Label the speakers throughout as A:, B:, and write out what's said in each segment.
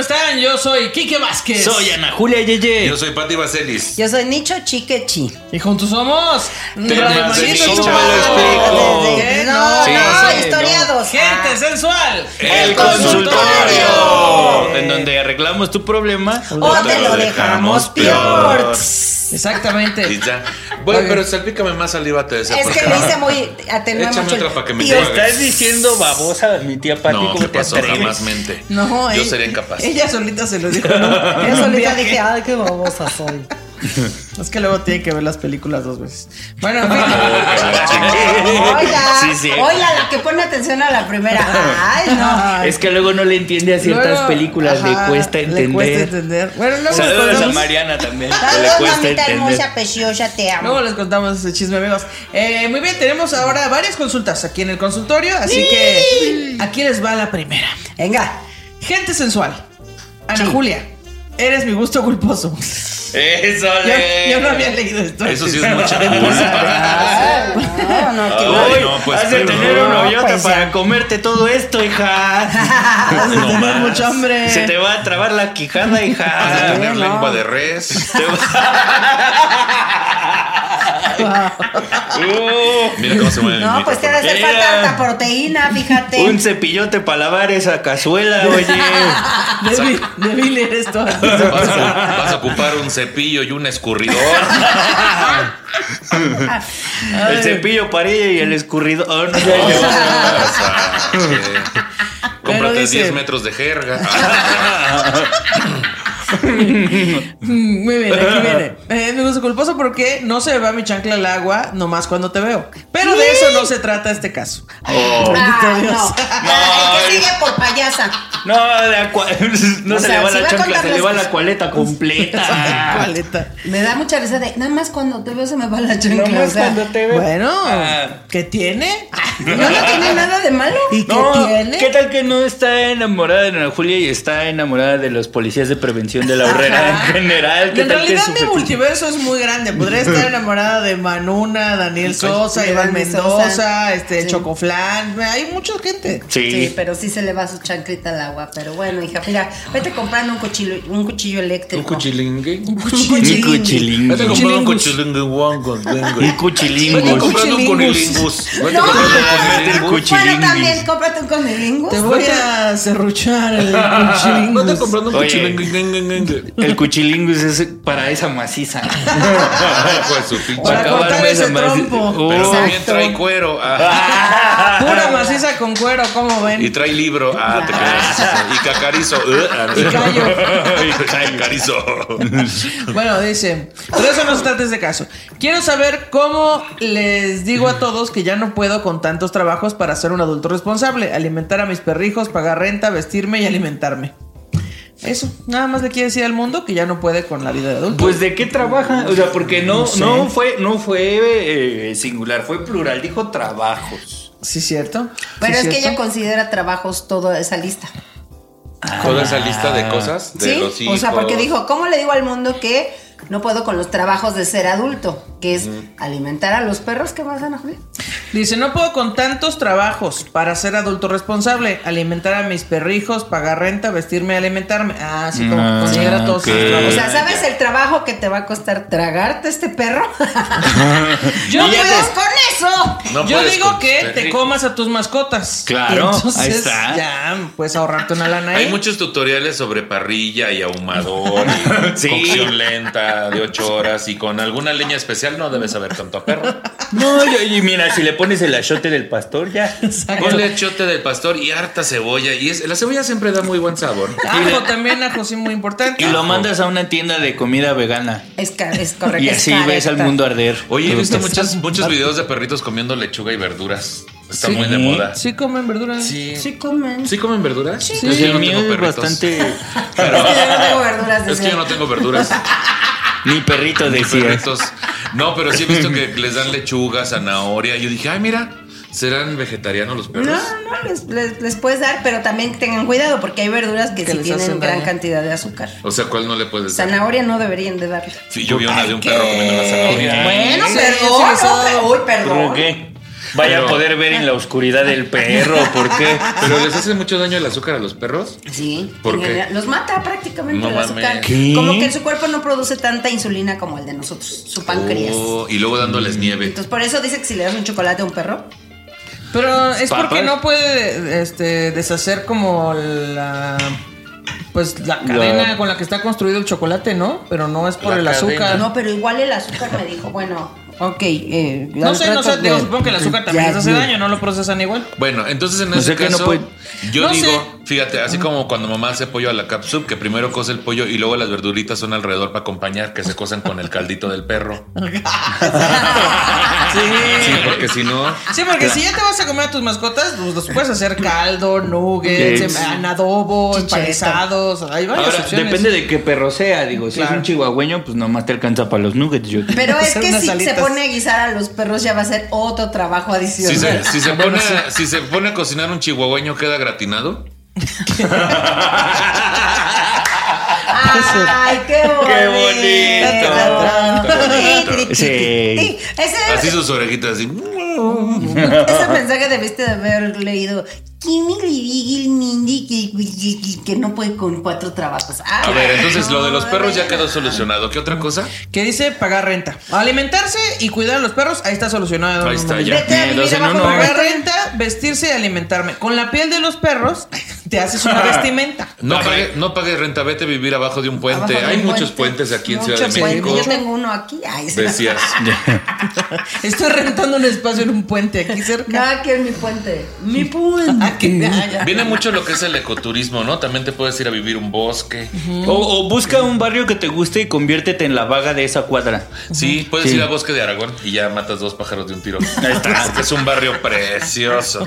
A: están? Yo soy Quique Vázquez.
B: Soy Ana Julia Yeye.
C: Yo soy Pati Vaselis.
D: Yo soy Nicho Chiquechi.
A: Y juntos somos.
C: Temas de
A: Raymanito
C: Nicho,
A: Chihuahua.
C: me lo explico.
D: De- de-
A: ¿Qué?
D: no, no,
A: sí,
D: historiados.
A: Gente sensual.
C: El
D: consultorio.
B: En donde arreglamos tu problema.
D: O te lo dejamos peor.
C: Y
A: Exactamente.
C: ya. Bueno, pero salpícame más saliva te
D: Es que lo hice muy. Atenué
C: Échame
D: mucho. el-
C: otra para que me
D: Dios,
C: cuelgue.
B: Estás diciendo babosa, mi tía Pati,
C: No,
B: ¿cómo
C: ¿qué
B: te
C: pasó?
B: atreves?
C: Jamás mente.
A: No,
C: Yo
A: eh,
C: sería incapaz.
A: Ella solita se lo dijo.
D: Yo
A: Ella
D: solita dije, ay, qué babosa soy.
A: Es que luego tiene que ver las películas dos veces. Bueno, en fin.
D: Oiga,
B: Sí, sí.
D: oiga, la que pone atención a la primera. Ay, no.
B: Es que luego no le entiende a ciertas
A: Luego,
B: películas,
A: ajá,
B: le cuesta
A: Le cuesta
B: entender.
A: entender. Bueno, luego les,
B: Saludos a
A: contamos,
B: Mariana también, que le
D: Saludos,
B: cuesta
D: mamita
B: entender.
D: hermosa, preciosa, te amo.
A: luego les contamos ese chisme, amigos. Eh, muy bien, tenemos ahora varias consultas aquí en el consultorio, así que aquí les va la primera.
D: Venga.
A: Gente sensual. Ana
D: Sí.
A: Julia, eres mi gusto culposo.
B: Eso
A: Yo,
B: le-
A: yo no había leído esto.
C: Eso sí es mucha culpa.
D: Ay, no, no, qué
C: Ay,
D: mal.
B: Uy,
C: no, pues,
B: has de
C: no,
B: tener una
D: pues,
B: hoyota
D: ya.
B: para comerte todo esto, hija.
A: Has de
C: No
A: tener
C: más.
A: mucho hambre.
B: Se te va a trabar la quijada,
C: Has de
B: hija.
C: tener
D: no.
C: lengua de res.
B: Te va- Uh,
C: Mira cómo se mueve el
D: No, pues te
C: micrófono.
D: hace
B: Mira.
D: falta harta proteína, fíjate.
B: un cepillote para lavar esa cazuela, oye.
A: Débil, débil eres tú.
C: Vas a, vas a ocupar un cepillo y un escurridor. Oh,
B: El cepillo para ella y el escurridor. Oh, no, ya,
C: O
B: ya.
C: sea, que- Cómprate
A: dice-
C: 10 metros de jerga. Ah,
A: Mm, Muy bien, aquí viene. Eh, me gusta culposo porque no se va mi chancla al agua nomás cuando te veo. Pero de eso no se trata este caso.
C: Oh.
D: Ah,
A: Bendito
D: no.
A: Dios.
D: Ay, que sigue por payasa.
B: No, la cua- no
D: O
B: se
D: sea,
B: le va
D: si va
B: la
D: a
B: chancla,
D: contar
B: se le va
D: las-
B: la cualeta
A: Ay,
B: completa.
A: paleta.
D: Me da mucha risa de nada más cuando te veo se me va la chancla.
B: Nomás
D: o sea,
B: te ve-
A: Bueno,
B: Ah.
A: ¿qué tiene?
D: no, no tiene nada de malo.
A: ¿Y qué
B: No,
A: tiene?
B: ¿Qué tal que no está enamorada de Ana Julia y está enamorada de los policías de prevención de la horrera en general? ¿Qué
A: En
B: tal que
A: realidad
B: su
A: mi
B: fetiche?
A: multiverso es muy grande. Podría estar enamorada de Manuna, Daniel Sosa,
D: Iván
A: Iván
D: Mendoza.
A: Mendoza, este
D: Sí.
A: Chocoflan. Hay mucha gente.
B: Sí.
D: Sí, pero sí se le va su chanclita al agua. Pero bueno, hija, mira, vete comprando un cuchillo, un cuchillo eléctrico.
C: Un cuchilingue.
B: Un cuchilín.
C: Vete comprando un cuchilingue. guan, guan, guan,
B: Un
C: guan. Vete
B: cuchilingus.
C: comprando un
A: Cuchilingus.
C: conilingus. Vete
D: No,
C: comprando un
B: Vete el
C: conilingus.
D: bueno, también
B: cuchilingus.
D: cómprate un conilingus.
A: Te voy a serruchar el cuchilingus.
C: Vete comprando un
B: Oye.
C: cuchilingue.
B: El cuchilingus es para esa maciza.
C: Ah, pues su pinche.
A: Para
C: madre.
A: cortar
B: acabarme
A: ese
B: esa maciza.
A: trompo.
B: Oh.
C: Pero también
D: Exacto.
C: trae cuero. ah,
A: Pura maciza con cuero, ¿cómo ven?
C: Y trae libro. Ah, te creas. Y cacarizo. eh, ah,
A: Y callo.
C: Y cacarizo.
A: Bueno, dice, pero eso no se trata este caso. Quiero saber cómo les digo a todos que ya no puedo con tantos trabajos para ser un adulto responsable, alimentar a mis perrijos, pagar renta, vestirme y alimentarme. Eso, nada más le quiere decir al mundo que ya no puede con la vida de adulto.
B: Pues de qué trabaja, o sea, porque no, no,
A: sé.
B: fue, no fue eh, singular, fue plural, dijo trabajos.
A: sí, cierto.
D: Pero
A: Sí,
D: es que
A: cierto.
D: ella considera trabajos toda esa lista.
C: Toda esa lista de cosas. De
D: ¿Sí?
C: los hijos.
D: o sea, porque dijo, ¿cómo le digo al mundo que no puedo con los trabajos de ser adulto? Que es alimentar a los perros que vas a Julia.
A: Dice, no puedo con tantos trabajos para ser adulto responsable, alimentar a mis perrijos, pagar renta, vestirme y alimentarme. Ah, sí, como
B: Ah,
A: considera todos sus
B: ok.
D: O
A: trabajos.
D: sea, ¿sabes el trabajo que te va a costar tragarte este perro?
A: Yo
D: ¡No
A: puedo-
D: puedes con eso!
C: No
A: Yo
C: puedes
A: digo
C: con
A: que
C: tus
A: te
C: perrijos.
A: comas a tus mascotas.
B: Claro,
A: Y entonces
B: ahí está.
A: ya puedes ahorrarte una lana
D: ¿eh?
A: ahí.
C: Hay muchos tutoriales sobre parrilla y ahumador y
B: Sí.
C: cocción lenta de ocho horas y con alguna leña especial no debes saber tanto a perro.
B: No, y, y mira, si le pones el achote del pastor, ya.
A: Exacto.
C: Ponle chote del pastor y harta cebolla y es, la cebolla siempre da muy buen sabor.
A: Ajo también, ajo sí, muy importante.
B: Y lo mandas a una tienda de comida vegana.
D: Es, ca- es correcto.
B: Y
D: es
B: así ves
D: correcto.
B: al mundo arder.
C: Oye, he visto muchos,
A: Exacto.
C: muchos videos de perritos comiendo lechuga y verduras. Está
A: Sí.
C: muy de moda.
A: Ah, Sí comen verduras.
C: Sí.
D: Sí comen.
C: ¿Sí comen verduras? Sí.
B: Pues el mío es bastante.
D: Es que yo no tengo verduras.
C: Es que yo no tengo verduras.
B: Mi perrito
C: ni
B: decía.
C: perritos. No, pero sí he visto que les dan lechuga, zanahoria. Yo dije, ay, mira, ¿serán vegetarianos los perros?
D: No, no, les, les- les puedes dar, pero también tengan cuidado porque hay verduras que,
A: Que
D: sí
A: les
D: tienen
A: hacen
D: gran
A: daño.
D: cantidad de azúcar.
C: O sea, ¿cuál no le puedes dar?
D: Zanahoria no deberían de darle.
C: Sí, yo vi una de un perro comiendo la zanahoria.
D: Bueno,
A: Sí,
D: perdón.
A: sí les ha
D: no,
A: dado.
D: pero- uy, perdón.
B: ¿Por qué? Vaya
C: Pero-
B: a poder ver en la oscuridad del perro, ¿por qué?
C: ¿Pero les hace mucho daño el azúcar a los perros?
D: Sí,
C: ¿Por
D: en
C: qué?
D: realidad los mata prácticamente
C: No
D: el azúcar.
C: mames.
B: ¿Qué?
D: Como que su cuerpo no produce tanta insulina como el de nosotros, su páncreas.
C: Oh, y luego dándoles nieve.
D: Entonces por eso dice que si le das un chocolate a un perro,
A: Pero es porque
B: Papas.
A: no puede este, deshacer como la. Pues la cadena con la que está construido el chocolate, ¿no? Pero no es por
C: La
A: el azúcar.
D: no, pero igual el azúcar me dijo, bueno, ok. eh,
A: No
D: al
A: sé, no
D: rato
A: sé, digo,
D: de-
A: supongo que el azúcar también
D: Ya,
A: les hace
D: ya.
A: daño, no lo procesan igual.
C: Bueno, entonces en
B: O
C: ese
B: sea que no
C: caso,
B: puede-
C: yo
A: No
C: digo,
A: sé.
C: fíjate, así como cuando mamá hace pollo a la capsup, que primero cose el pollo y luego las verduritas son alrededor para acompañar, que se cosan con el caldito del perro.
D: Ah,
A: Sí.
C: Ah, Sí, porque si no,
A: Sí, porque si ya te vas a comer a tus mascotas, pues los puedes hacer caldo, nuggets,
B: Ok.
A: en- en adobo,
D: Chicharito.
A: empanizados. Hay varias
B: Ahora,
A: opciones.
B: depende de qué perro sea, digo, si es
A: Claro.
B: un chihuahueño, pues nomás te alcanza para los nuggets, yo creo.
D: Pero es
A: Hacer
D: que
A: unas
D: si
A: alitas.
D: se pone a guisar a los perros ya va a ser otro trabajo
C: si se,
D: adicional.
C: si se pone, a- si se pone a cocinar un chihuahueño, queda gratinado.
D: Ay, qué bonito.
B: Qué bonito.
D: Ti, ti, ti,
B: Sí.
D: ti. Ese,
C: Así sus orejitas, así.
D: Ese mensaje debiste de haber leído. Kimi Livigil Mindy que- que- que- que no puede con cuatro trabajos. Ah,
C: A ver, entonces lo de los
D: no,
C: perros ya
D: no.
C: quedó solucionado. ¿Qué otra cosa?
A: Que dice pagar renta. Alimentarse y cuidar a los perros, ahí está solucionado.
C: Ahí está, ya.
D: Vete a
B: Ni dos
D: vivir
B: en
D: abajo
B: uno.
D: de
A: Pagar
D: la tierra.
A: renta, vestirse y alimentarme. Con la piel de los perros te haces una vestimenta.
C: No
B: Ajá.
C: pague, no pague renta, vete a vivir abajo de un puente.
D: Abajo de
C: Hay
D: un
C: muchos
D: puente.
C: puentes aquí en
A: Muchos
C: Ciudad de
A: puentes.
C: México.
D: Yo tengo uno aquí. Ay, se-
C: Decías.
A: Estoy rentando un espacio en un puente aquí
D: No,
A: cerca.
D: aquí es mi puente. Mi puente.
A: Ah, que- ah, ya.
C: Viene mucho lo que es el ecoturismo, ¿no? También te puedes ir a vivir un bosque.
B: O, o busca un barrio que te guste y conviértete en la vaga de esa cuadra.
C: Sí, puedes
B: Sí.
C: ir a Bosque de Aragón y ya matas dos pájaros de un tiro. Es que es un barrio precioso.
A: O
D: Precioso.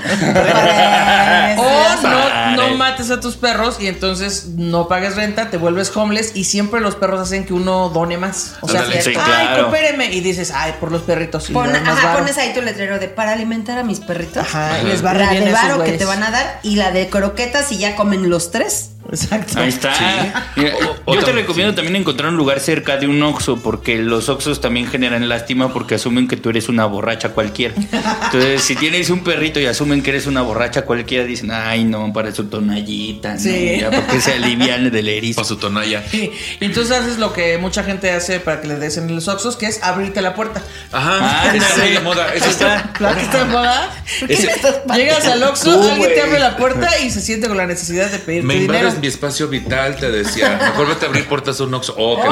A: Oh, no, no
B: Padre.
A: mates a tus perros y entonces no pagues renta, te vuelves homeless y siempre los perros hacen que uno done más. O sea,
C: Ándale,
A: ay,
B: sí, claro.
A: coopéreme. Y dices, ay, por los perritos. Y le
D: Pon-
A: das más
D: ajá,
A: varo.
D: pones ahí tu letrero de para alimentar a mis perritos.
A: Ajá, y les va re
D: La
A: bien
D: de
A: a esos
D: varo que
A: güeyes.
D: te van a dar y la de croquetas y ya comen los tres.
A: Exacto.
B: Ahí está. Ah, Mira,
C: O- o
B: Yo te
C: tam-
B: recomiendo también encontrar un lugar cerca de un Oxxo, porque los Oxxos también generan lástima porque asumen que tú eres una borracha cualquiera. Entonces, si tienes un perrito y asumen que eres una borracha cualquiera, dicen, ay, no, para su tonallita,
A: Sí.
B: no, ya, porque se alivian del erizo.
C: O su tonalla.
A: Sí, Y entonces haces lo que mucha gente hace para que les des en los oxos, que es abrirte la puerta.
C: Ajá,
B: Ah,
C: está
B: sí.
C: muy de moda. Eso
B: Ahí
C: está.
A: Claro que está de moda.
B: Ese-
A: Llegas al Oxxo,
B: Tú,
A: alguien te
B: güey.
A: abre la puerta y se siente con la necesidad de pedirte
C: Me
A: dinero.
C: invades mi espacio vital, te decía. Mejor vete a abrir puertas a un Oxxo. Oh, qué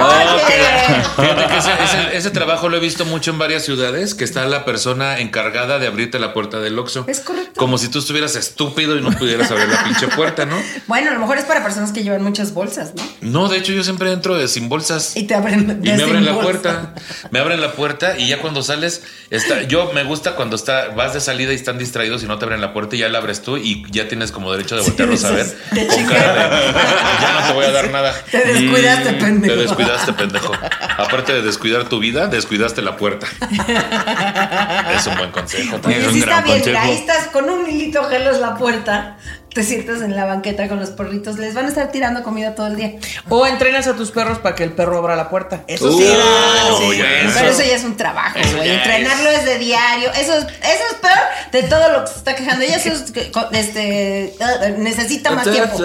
D: Oye.
C: Fíjate que ese, ese- ese trabajo lo he visto mucho en varias ciudades, que está la persona encargada de abrirte la puerta del Oxxo.
D: Es correcto.
C: Como si tú estuvieras estúpido y no pudieras abrir la pinche puerta, ¿no?
D: Bueno, a lo mejor es para personas que llevan muchas bolsas, ¿no?
C: No, de hecho yo siempre entro de sin bolsas.
D: Y te abren
C: Y me
D: desde
C: abren la
D: bolsa.
C: puerta, me abren la puerta y ya cuando sales, está, yo me gusta cuando está, vas de salida y están distraídos y no te abren la puerta y ya la abres tú y ya tienes como derecho de voltearlos a ver.
D: Te
C: con
D: chingaron.
C: cara de, ya no te voy a dar nada.
D: Te descuidaste, pendejo.
C: Te descuidaste, pendejo. Aparte de descuidar tu vida, descuidaste la puerta. Es un buen consejo.
D: Oye,
B: Es un
D: sí está
B: gran
D: bien, mira,
B: consejo.
D: ahí estás con un hilito gelas la puerta, te sientas en la banqueta con los perritos, les van a estar tirando comida todo el día.
A: O entrenas a tus perros para que el perro abra la puerta. Eso
B: Uh,
A: sí.
B: sí.
C: ya
D: Pero eso ya es un trabajo,
B: Eso
D: güey.
B: ya
D: Entrenarlo es. de diario. Eso es, eso es peor de todo lo que se está quejando. Ella sí es que- con- este, eh, necesita más tiempo.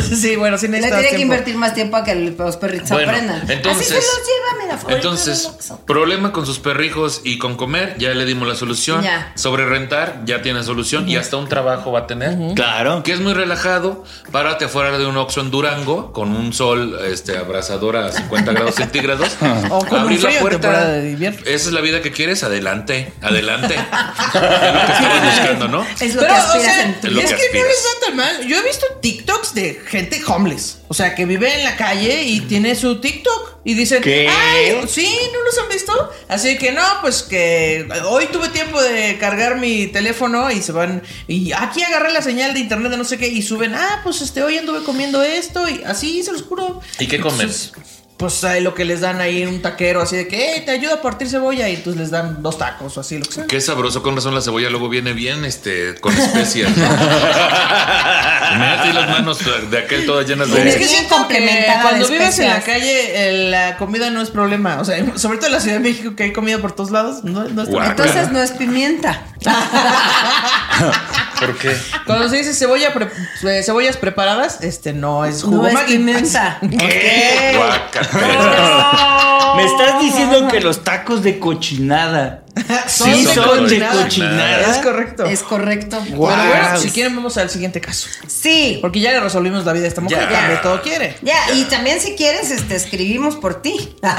A: Sí, bueno, sí
D: Le
A: necesitas
D: tiene que
A: tiempo.
D: invertir más tiempo a que el- los perritos
C: Bueno,
D: aprendan.
C: entonces-
D: Así se los lleva, mira, fuera
C: Entonces,
D: del Oxxo.
C: problema con sus perrijos y con comer, ya le dimos la solución.
D: Ya.
C: Sobre rentar, ya tiene solución y hasta un trabajo va a tener.
B: Claro.
C: Que es muy relajado, párate afuera de un Oxxo en Durango con un sol este, abrasador a 50 grados centígrados.
A: O con un frío, temporada de invierno.
C: Esa es la vida que quieres, adelante, adelante. es lo que estamos buscando, ¿no?
D: es lo
A: Pero,
D: que
A: o
D: aspiras
A: sea,
D: en tu
C: Es lo
A: es
C: que
A: que, no
C: aspiras.
A: les da tan mal. Yo he visto TikToks de gente homeless. O sea, que vive en la calle y tiene su TikTok. Y dicen,
B: ¿Qué?
A: ay, sí, ¿no los han visto? Así que no, pues que hoy tuve tiempo de cargar mi teléfono y se van. Y aquí agarré la señal de internet de no sé qué y suben, ah, pues este, hoy anduve comiendo esto y así, se los juro.
C: ¿Y qué comes?
A: Pues, pues hay lo que les dan ahí un taquero así de que, "Ey, te ayudo a partir cebolla y entonces les dan dos tacos o así, lo que sea.
C: Qué sabroso, con razón la cebolla luego viene bien, este, con especias. ¿no? Imagínate ahí las manos de aquel todas llenas
D: Pero
A: Es
D: Bien
A: que
C: de.
A: siento que
D: complementada de
A: cuando vives en la
D: especias.
A: calle eh, la comida no es problema, o sea, sobre todo en la Ciudad de México que hay comida por todos lados, no, no es
C: Guau.
A: problema.
D: Entonces no es pimienta.
C: ¿Por qué?
A: Cuando se dice cebolla pre- eh, cebollas preparadas, este no es jugo
D: No es
A: Maggi.
D: pimienta.
B: ¿Qué?
C: Guácatela.
B: Me estás diciendo que los tacos de cochinada
A: Son
B: sí
A: de
B: son de
A: cochinada.
B: cochinada.
A: Es correcto.
D: Es correcto.
B: Guau.
A: Pero bueno,
B: Guau.
A: si quieren vamos al siguiente caso.
D: Sí.
A: Porque ya le resolvimos la vida a esta mujer,
C: Ya.
A: que hombre, todo quiere.
D: Ya, y también si quieres, este, escribimos por ti.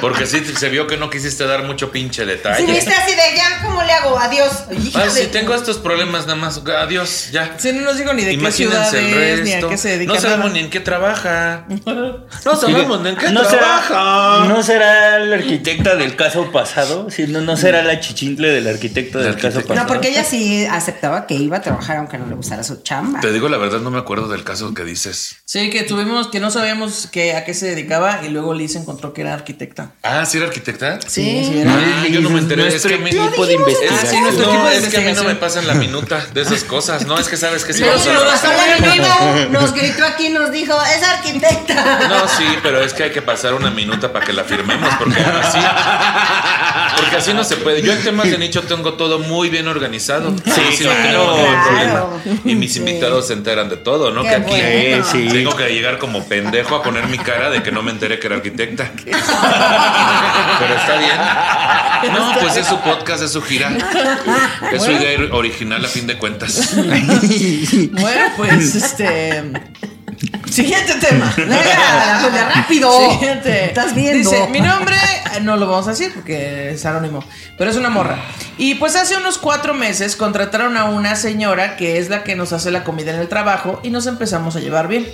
C: Porque sí se vio que no quisiste dar mucho pinche
D: Si
C: detalle.
D: viste así de ya, ¿cómo le hago? Adiós. Hija
C: Ah,
D: de-
C: sí, tengo estos problemas nada más. Adiós, ya.
A: Sí, no nos dijo ni de qué ciudad
C: Imagínense el
A: es, ni a
C: resto.
A: qué se dedica.
C: No sabemos
A: nada.
C: ni en qué trabaja. No sabemos ni en qué
B: no será,
C: trabaja.
B: no será la arquitecta del caso pasado, sino no será la chichincle del arquitecto
C: La
B: del caso
C: arquitecta.
B: pasado.
D: No, porque ella sí aceptaba que iba a trabajar aunque no le gustara su chamba.
C: Te digo la verdad, no me acuerdo del caso que dices.
A: Sí, que tuvimos, que no sabíamos que, a qué se dedicaba y luego Liz encontró que era arquitecta.
C: Ah, ¿sí era arquitecta?
D: Sí.
A: era.
C: Ah, yo no me enteré. Es
B: Nuestro
C: que a mí-
B: equipo de
C: Es,
A: Ah,
C: que-
A: sí,
B: investigación.
A: nuestro equipo
C: no,
A: de
C: es que a mí no
A: investigación.
C: me pasan la minuta de esas cosas. No, es que sabes que sí.
A: Pero
C: vamos
A: si
C: a-
A: lo vas
D: Pasó la minuta, nos gritó aquí y nos dijo, es arquitecta.
C: No, sí, pero es que hay que pasar una minuta para que la firmemos, porque así, porque así no se puede. Yo en temas de nicho tengo todo muy bien organizado.
B: Sí,
C: no
B: claro,
C: ningún
D: claro.
C: problema. Y mis
D: Sí.
C: invitados se enteran de todo, ¿no?
D: Qué
C: que aquí
D: bueno.
B: Sí, sí.
C: tengo que llegar como pendejo a poner mi cara de que no me enteré que era arquitecta. Pero está bien. No, pues es su podcast, es su gira. Es su idea original a fin de cuentas.
A: Bueno, pues este. Siguiente tema.
D: Venga, Julia, rápido.
A: Siguiente.
D: Estás viendo.
A: Dice, mi nombre, eh, no lo vamos a decir porque es anónimo, pero es una morra. Y pues hace unos cuatro meses contrataron a una señora que es la que nos hace la comida en el trabajo y nos empezamos a llevar bien.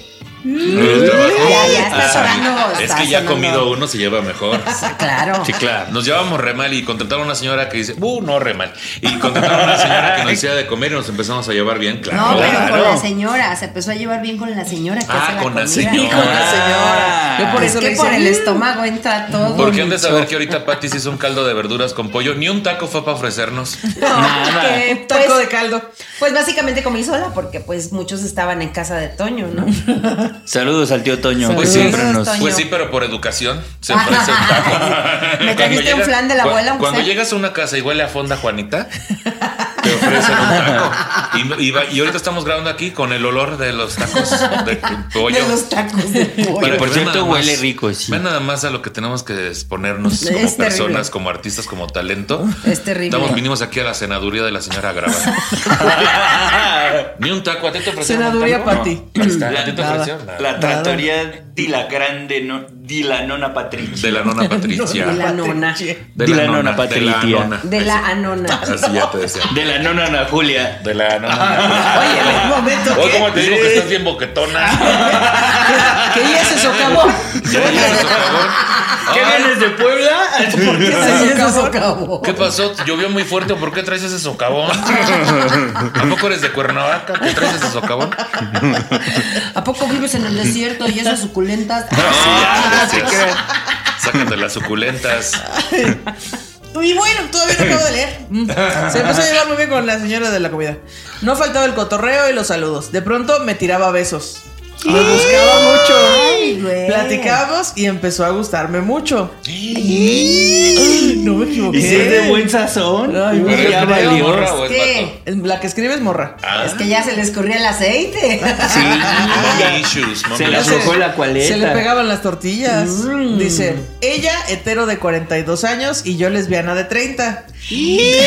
D: Ya, ya está
C: Ah,
D: sonando.
C: Es
D: está
C: que ya
D: sonando.
C: comido uno se lleva mejor.
D: Claro.
C: Sí, claro. Nos llevamos re mal y contrataron a una señora que dice, uh, no, re mal. Y contrataron a una señora que nos hacía de comer y nos empezamos a llevar bien, claro.
D: No, pero
B: Claro.
D: con la señora. Se empezó a llevar bien con la señora que
C: Ah,
D: hace la
C: con la
D: comida.
C: señora. Ah,
D: Y con la
B: señora.
A: Ah. Yo por
D: Es
A: eso
D: que
A: le
D: por
A: hice,
D: el
A: "Mm".
D: estómago entra todo.
C: Porque han de saber que ahorita Patty se hizo un caldo de verduras con pollo. Ni un taco fue para ofrecernos.
D: No,
B: Nada.
D: porque,
A: Un taco
D: pues,
A: de caldo.
D: Pues básicamente comí sola porque pues muchos estaban en casa de Toño, ¿no?
B: Saludos al tío Toño.
A: Saludos,
B: que siempre
D: Toño.
B: nos.
C: Pues sí, pero por educación se ofrece un taco.
D: Me trajiste un flan de la
C: cua-
D: abuela, aunque
C: Cuando
D: sea.
C: llegas a una casa y huele a fonda Juanita, te ofrecen un taco. Y, y va- y ahorita estamos grabando aquí con el olor de los tacos de pollo.
D: De los tacos de pollo.
B: Pero- por
C: vean
B: cierto,
C: nada
B: huele rico, sí.
C: Vean nada más a lo que tenemos que exponernos
D: Es
C: como
D: terrible.
C: personas, como artistas, como talento.
D: Es terrible.
C: Estamos, vinimos aquí a la senaduría de la señora a grabar. Ni un taco, ¿a ti te ofrecieron un
A: Senaduría
C: taco? No.
A: para ti.
C: Ahí está, ¿a ti te
A: Nada.
C: ofrecieron? Nada.
B: La tratoría di la grande, no, di la nona Patricia.
C: De la nona Patricia.
D: De la nona.
C: De
B: Di la nona
C: De la
B: Patricia.
C: nona.
D: De la anona.
C: Así ya te decía.
B: De la nona Ana Julia.
C: De la nona.
A: Oye, un momento.
C: Hoy
A: ¿qué?
C: como te digo que estás bien boquetona.
A: Que ya se socavó.
C: Ya llegas, socavón.
B: ¿Qué
C: Ay,
B: vienes de Puebla? ¿Por qué se-
D: Eso
A: socavón.
D: socavón.
C: ¿Qué pasó? ¿Llovió muy fuerte? ¿Por qué traes ese socavón? ¿A poco eres de Cuernavaca? ¿Qué traes ese socavón?
D: ¿A poco vives en el desierto y esas suculentas?
C: Ah, sí, gracias. Sácate las suculentas.
A: Y bueno, todavía no acabo de leer. Mm. Se empezó a llevar muy bien con la señora de la comida. No faltaba el cotorreo y los saludos. De pronto me tiraba besos. Me buscaba mucho.
D: Ay, güey.
A: Platicábamos y empezó a gustarme mucho. Ay, no me equivoqué.
B: ¿Y si es de buen sazón?
A: Ay,
B: Uy,
A: pero
C: ¿Pero
B: ya
C: es morra
B: valió.
C: o es
D: ¿Qué?
C: Pues, vato?
A: La que escribes morra.
C: Ah,
D: Es que ya se les corría el aceite.
B: Sí.
C: mommy issues, mommy
B: Se la
A: Ya
C: issues.
A: se-
B: aflojó la cualeta.
A: Se le pegaban las tortillas.
D: Mm.
A: Dice, ella hetero de 42 años y yo lesbiana de 30.
B: ¡Ih!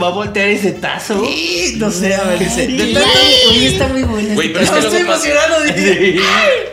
B: Va a voltear ese tazo.
A: Y no sé, a ver, dice. De tanto-
D: Oye, está muy bueno.
C: Güey, pero es
A: No,
C: que luego
A: estoy
C: pasa-
A: emocionado. dice.
B: Sí.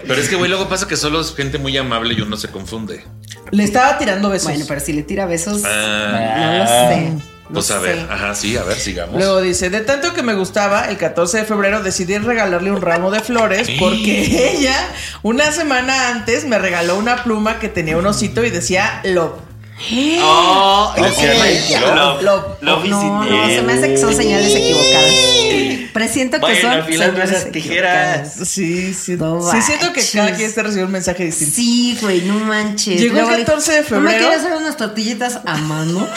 C: Pero es que, güey, luego pasa que solo es gente muy amable y uno se confunde.
A: Le estaba tirando besos.
D: Bueno, pero si le tira besos,
C: Ah,
D: no lo sé. No
C: pues a ver,
D: sé.
C: ajá, sí, a ver, sigamos.
A: Luego dice, de tanto que me gustaba, el 14 de febrero decidí regalarle un ramo de flores
C: Sí.
A: porque ella una semana antes me regaló una pluma que tenía un osito y decía love.
B: Oh,
C: Le cierra el
B: ok.
C: club.
B: Love,
D: Lo-
B: love is
D: no,
B: in
D: no,
B: the
D: se me hace que son
B: air.
D: señales equivocadas. Presiento que
B: Vayan
D: son
B: afilando
D: señales
B: esas tijeras.
D: equivocadas.
A: Sí, sí.
D: No
A: sí, siento que
D: manches.
A: cada quien se recibió un mensaje distinto.
D: Sí, güey, no manches.
A: Llegó el
D: Luego le-
A: 14 de
D: ¿No
A: febrero.
D: me quieres hacer unas tortillitas a mano?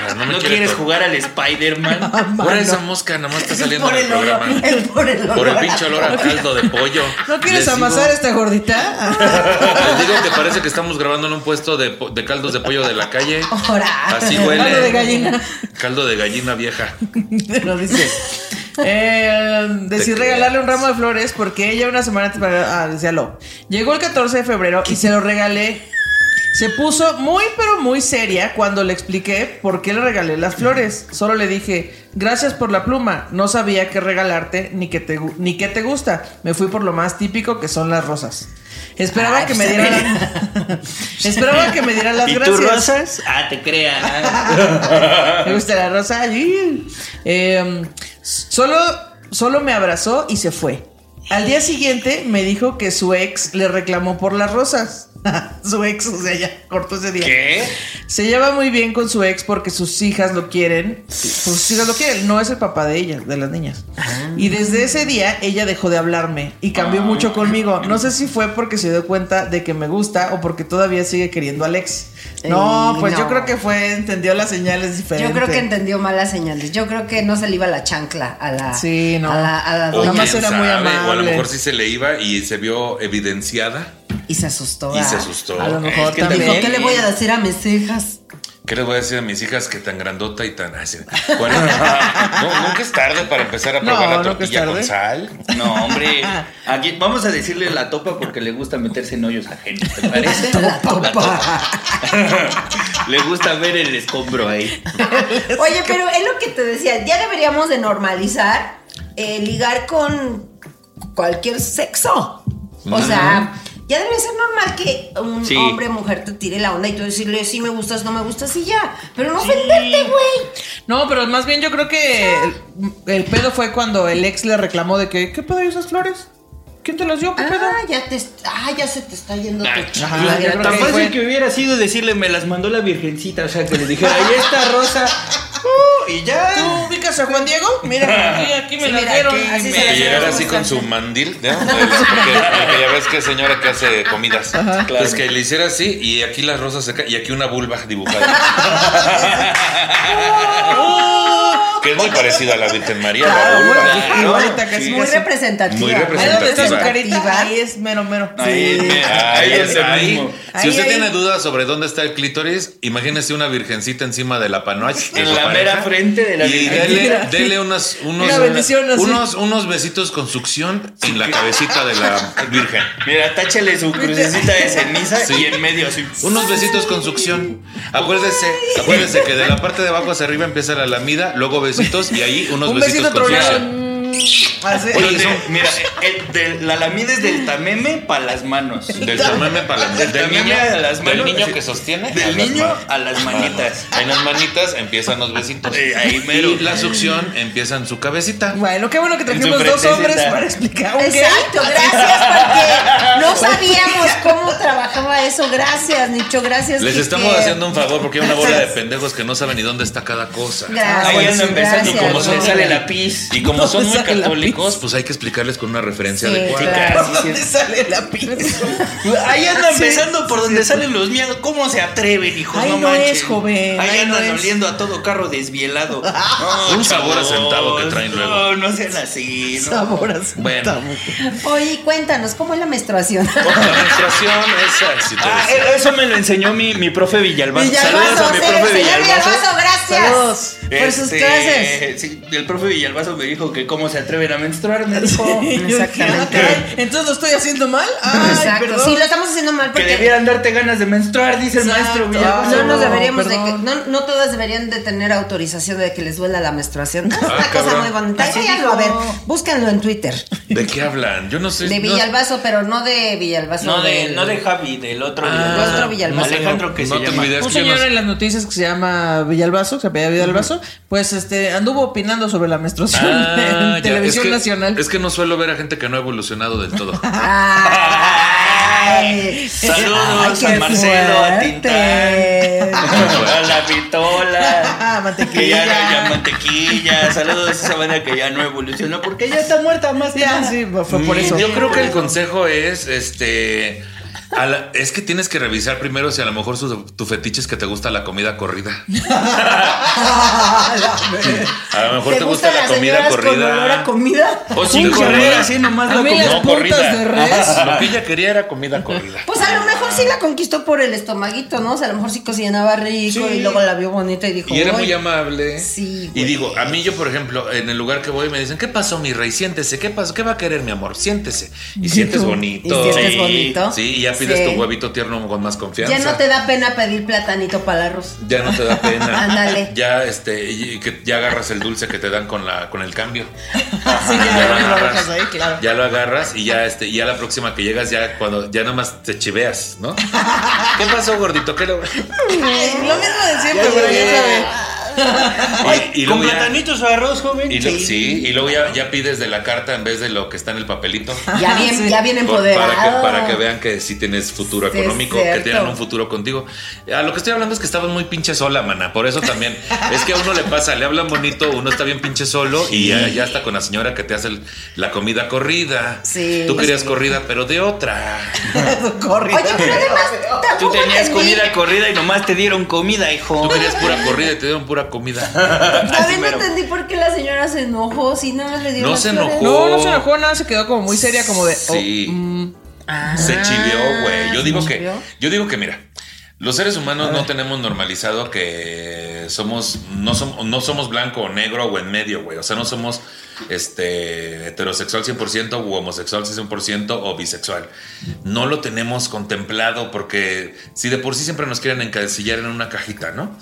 C: Ah, No me
B: ¿No
C: quiere
B: quieres
C: tocar.
B: jugar al Spider-Man?
C: Ahora esa mosca nada más está saliendo
D: Por
C: del
D: el olor.
C: programa.
D: el- Por el olor.
C: Por el pinche olor a caldo de pollo.
A: ¿No quieres
C: Les digo-
A: amasar esta gordita?
C: Les digo que parece que estamos grabando en un puesto de, po- de caldos de pollo de la calle.
D: Ahora.
C: Así huele.
A: Caldo de gallina.
C: Caldo de gallina vieja.
A: Nos dice. Eh, decidí
C: Te
A: regalarle
C: creas.
A: un ramo de flores porque ella una semana antes para. Ah, decía lo. Llegó el 14 de febrero y se lo regalé. Se puso muy, pero muy seria cuando le expliqué por qué le regalé las flores. Solo le dije, gracias por la pluma. No sabía qué regalarte ni qué te, gu- ni qué te gusta. Me fui por lo más típico que son las rosas. Esperaba
D: Ay,
A: que me
D: pues, a
A: dieran. esperaba que me dieran las
B: ¿Y tú,
A: gracias.
B: Rosas? Ah, te creas.
A: Me gusta la rosa. Sí. Eh, solo, solo me abrazó y se fue. Al día siguiente me dijo que su ex le reclamó por las rosas. su ex, o sea, ya cortó ese día.
B: ¿Qué?
A: Se lleva muy bien con su ex porque sus hijas lo quieren. Sus hijas lo quieren. No es el papá de ellas, de las niñas.
D: Ah.
A: Y desde ese día ella dejó de hablarme y cambió mucho conmigo. No sé si fue porque se dio cuenta de que me gusta o porque todavía sigue queriendo a Alex. No,
D: Ey,
A: pues yo
D: no.
A: creo que fue, entendió las señales diferentes.
D: Yo creo que entendió malas señales. Yo creo que no se le iba la chancla a la.
A: Sí, no.
D: A la, a la
A: O
D: doña.
A: más
C: quién
A: era muy
C: O a lo
A: amable.
C: mejor sí se le iba y se vio evidenciada.
D: Y se asustó.
C: Y
D: ah.
C: se asustó.
A: a lo mejor
B: Es que
A: también.
D: Dijo, ¿qué le voy a decir a mis cejas?
C: ¿Qué les voy a decir a mis hijas que tan grandota y tan así? Bueno, no, nunca es tarde para empezar a
A: No,
C: probar la
A: nunca es
C: tortilla
A: tarde.
C: con sal.
B: No, hombre. Aquí, vamos a decirle la topa porque le gusta meterse en hoyos ajenos, ¿te parece?
D: La topa.
B: Le gusta ver el escombro ahí.
D: Oye, pero es lo que te decía. Ya deberíamos de normalizar eh, ligar con cualquier sexo. O sea, ya debe ser normal que un
B: Sí.
D: hombre o mujer te tire la onda y tú decirle si me gustas, no me gustas y ya. Pero no ofenderte, güey.
A: No, pero más bien yo creo que el, el pedo fue cuando el ex le reclamó de que, ¿qué pedo hay esas flores? ¿Quién te las dio? ¿Qué pedo?
D: Ah, ya, te, est- ah, ya se te está yendo tu
B: Ay,
A: Ajá,
D: chingada.
A: yo creo
B: Tan
A: que
B: fácil
A: fue.
B: que hubiera sido decirle, me las mandó la virgencita, o sea, que le dijera, ahí está Rosa. Uh, y ya.
A: ¿Tú ubicas a Juan Diego? Mira, aquí, aquí me
D: Sí,
A: las
D: mira,
A: dieron.
D: aquí,
A: así
D: mira.
A: se
C: Que
A: las
C: llegara
A: dieron.
C: así con su mandil, ¿no? El- Porque, porque ya ves que es señora que hace comidas. Entonces que le hiciera así y aquí las rosas se caen y aquí una vulva dibujada. que es muy parecida a la Virgen María, la
A: Claro,
C: vulva.
A: bueno, Igualita casi.
D: Muy
A: casi.
D: representativa.
C: Muy
A: Ahí donde está su
C: representativa.
A: carita, ahí es mero, mero.
B: Ahí,
A: Sí.
B: mira,
C: Ahí,
B: ahí
C: es-
B: es el
C: ahí.
B: mismo.
A: Ahí,
C: Si usted
A: ahí.
C: tiene dudas sobre dónde está el clítoris, imagínese una virgencita encima de la panoche. de
B: En
C: su
B: la
C: pareja,
B: mera frente de la
C: Y
B: virgencita.
C: dele, dele unas, unos,
A: Una bendición así.
C: unos, unos besitos con succión en la cabecita de la virgen.
B: Mira, táchale su crucecita de ceniza
C: Sí.
B: y en medio así.
C: Unos besitos con succión. Acuérdese, acuérdese que de la parte de abajo hacia arriba empieza la lamida, luego besitos y ahí unos
A: Un
C: besitos
A: besito
C: con
A: tronado.
C: succión.
A: Mm, así.
B: Oye,
C: Oye,
B: de- mira, el- del- la lamida es del tameme para las manos.
C: Del tameme para la-
B: Del
C: del
B: tameme
C: niño,
B: a las
C: del
B: manos.
C: niño que sostiene. a
B: Del
C: las
B: niño
C: manos.
B: a las manitas.
C: En las manitas empiezan los besitos.
B: Eh, ahí mero.
C: Y la succión empieza en su cabecita.
A: Bueno, qué bueno que
B: su
A: trajimos dos
B: frentecita.
A: hombres para explicar. un gay.
D: Exacto, gracias porque no sabíamos cómo trabajaba eso. Gracias, Nicho, gracias.
C: Les
D: que-
C: estamos
D: que-
C: haciendo un favor porque hay una bola de pendejos que no saben ni dónde está cada cosa.
D: Gracias.
A: Ah,
B: Ahí anda empezando
D: gracias,
B: como
D: no.
B: se sale la pis.
C: Y como son muy
A: Sale la
C: católicos, pues hay que explicarles con una referencia
D: Sí,
B: pues,
C: adecuada.
D: claro.
A: ¿Por dónde sale la pinza?
B: Ahí anda
A: Sí,
B: empezando por donde salen los miedos. ¿Cómo se atreven, hijo?
A: Ahí
B: no
A: no es,
B: manchen.
A: joven,
B: Ahí,
A: ahí no
B: andan
A: es.
B: oliendo a todo carro desvielado.
C: Un sabor a centavo que traen luego.
B: No, no sean así. No.
A: Sabor a su
C: Bueno.
A: tabú.
D: Oye, cuéntanos, ¿cómo es la menstruación?
C: La menstruación es así.
B: Ah,
C: te decía.
B: eh, eso me lo enseñó mi, mi profe Villalbazo.
D: Villalbazo,
B: Saludos a mi
D: sí,
B: profe
D: señor
B: Villalbazo.
D: Villalbazo, gracias.
A: Saludos.
D: Por sus
B: Este,
D: clases.
B: sí, el profe Villalbazo me dijo que cómo se atreven a menstruar, me dijo.
A: Ah, caray, Entonces lo estoy haciendo mal. Ay,
D: Exacto,
A: perdón.
D: sí, lo estamos haciendo mal
B: Que
D: porque
B: debieran darte ganas de menstruar, dice el
A: Exacto.
B: maestro Villalbazo.
D: no nos
A: No,
D: deberíamos de que,
A: Ah, perdón.
D: no, no todas deberían de tener autorización de que les duela la menstruación.
B: Ah,
D: Es una cosa
C: cabrón.
D: muy bonita.
A: Así
D: Váyanlo a ver,
A: dijo.
D: búsquenlo en Twitter.
C: ¿De qué hablan? Yo no sé.
D: De
C: no-
D: Villalbazo, pero no de Villalbazo.
B: No de,
D: del-
B: no de Javi, del otro
C: Ah,
B: Villalbazo.
D: Otro Villalbazo.
B: Alejandro que se
C: no tengo
B: llama.
C: idea. Es
A: Un
C: que yo
A: señor
C: no-
A: en las noticias que se llama Villalbazo, que se apellida Villalbazo, pues este anduvo opinando sobre la menstruación
C: Ah, ya,
A: en televisión
C: es que-
A: nacional.
D: Ah.
C: Es que no suelo ver a gente que no ha evolucionado del todo.
D: Ay.
B: Saludos Saludos
D: Ay,
B: a
D: qué
B: Marcelo, a
D: fuerte.
B: Tintán, a la Vitola,
A: Mantequilla.
B: que ya no ya mantequilla. Saludos a esa banda que ya no evolucionó porque ya está muerta más que
A: Ya,
B: nada.
A: sí, fue por
C: Mm,
A: eso.
C: Yo creo que el consejo es, este, a la- es que tienes que revisar primero si a lo mejor su- tu fetiche es que te gusta la comida corrida. A lo mejor te, gusta, la
D: las
C: comida
D: señoras Con olor
C: corrida.
D: a comida?
C: o sin
B: Pinche
C: correr
B: rey, así nomás
A: A
B: lo
A: mí
B: como.
A: las
C: No,
A: puntas
C: corrida.
A: de res.
C: Lo que ella quería era comida corrida.
D: Pues a lo mejor sí la conquistó por el estomaguito, ¿no? O sea, a lo mejor sí cocinaba rico
C: Sí.
D: y luego la vio bonita y dijo.
C: Y era
D: "Uy".
C: muy amable.
D: Sí,
C: Y
D: güey.
C: digo, a mí yo, por ejemplo, en el lugar que voy me dicen, ¿qué pasó, mi rey? Siéntese, ¿qué pasó? ¿Qué va a querer, mi amor? Siéntese. Y sientes
D: Y
C: bonito.
D: sientes
B: Sí,
D: bonito.
C: Sí, y ya pides
D: Sí.
C: tu huevito tierno con más confianza.
D: Ya no te da pena pedir platanito para el arroz.
C: Ya no te da pena.
D: Ándale.
C: Ya este, y que ya agarras el dulce que te dan con la, con el cambio.
A: Sí, ya,
C: Ya lo
A: ya lo
C: agarras.
A: dejas ahí, claro.
C: Ya lo agarras y ya este, y ya la próxima que llegas, ya cuando, ya nomás te chiveas, ¿no? ¿Qué pasó, gordito? ¿Qué lo-
A: Lo mismo de siempre,
C: Ya
A: pero ya
C: llegué.
A: sabes.
C: Y, y
B: Con
C: luego ya-
B: platanitos o arroz, joven.
C: y lo- sí, y luego ya, ya pides de la carta en vez de lo que está en el papelito.
D: Ya bien,
A: Sí.
D: ya bien
C: Por-
D: empoderado.
C: para, que, para que vean que sí tienes futuro
D: Ah. Sí, es
C: económico, que
D: cierto.
C: tienen un futuro contigo. A lo que estoy hablando es que estabas muy pinche sola, mana. Por eso también. es que a uno le pasa, le hablan bonito, uno está bien pinche solo y ya, ya está con la señora que te hace el- la comida corrida.
D: Sí.
C: Tú querías corrida, pero de otra.
A: Corre.
D: Oye, pero además
B: Tú
D: tampoco
B: tenías
D: entendí-
B: comida corrida y nomás te dieron comida, hijo.
C: Tú querías pura corrida y te dieron pura comida.
B: Así
D: También no
B: mero.
D: entendí por qué la señora se enojó si nada más le dio
C: No
D: las
C: se
D: flores.
C: enojó.
A: No, no se enojó nada, se quedó como muy seria, como de. oh,
C: Oh. Sí.
A: mm,
D: Ah,
C: Se chivió, güey. Yo
D: ¿se
C: digo que,
D: chivió?
C: yo digo que, mira, los seres humanos no tenemos normalizado que somos, no somos, no somos blanco o negro o en medio, güey. O sea, no somos este heterosexual 100% u homosexual 100% o bisexual. No lo tenemos contemplado porque si de por sí siempre nos quieren encasillar en una cajita, ¿no?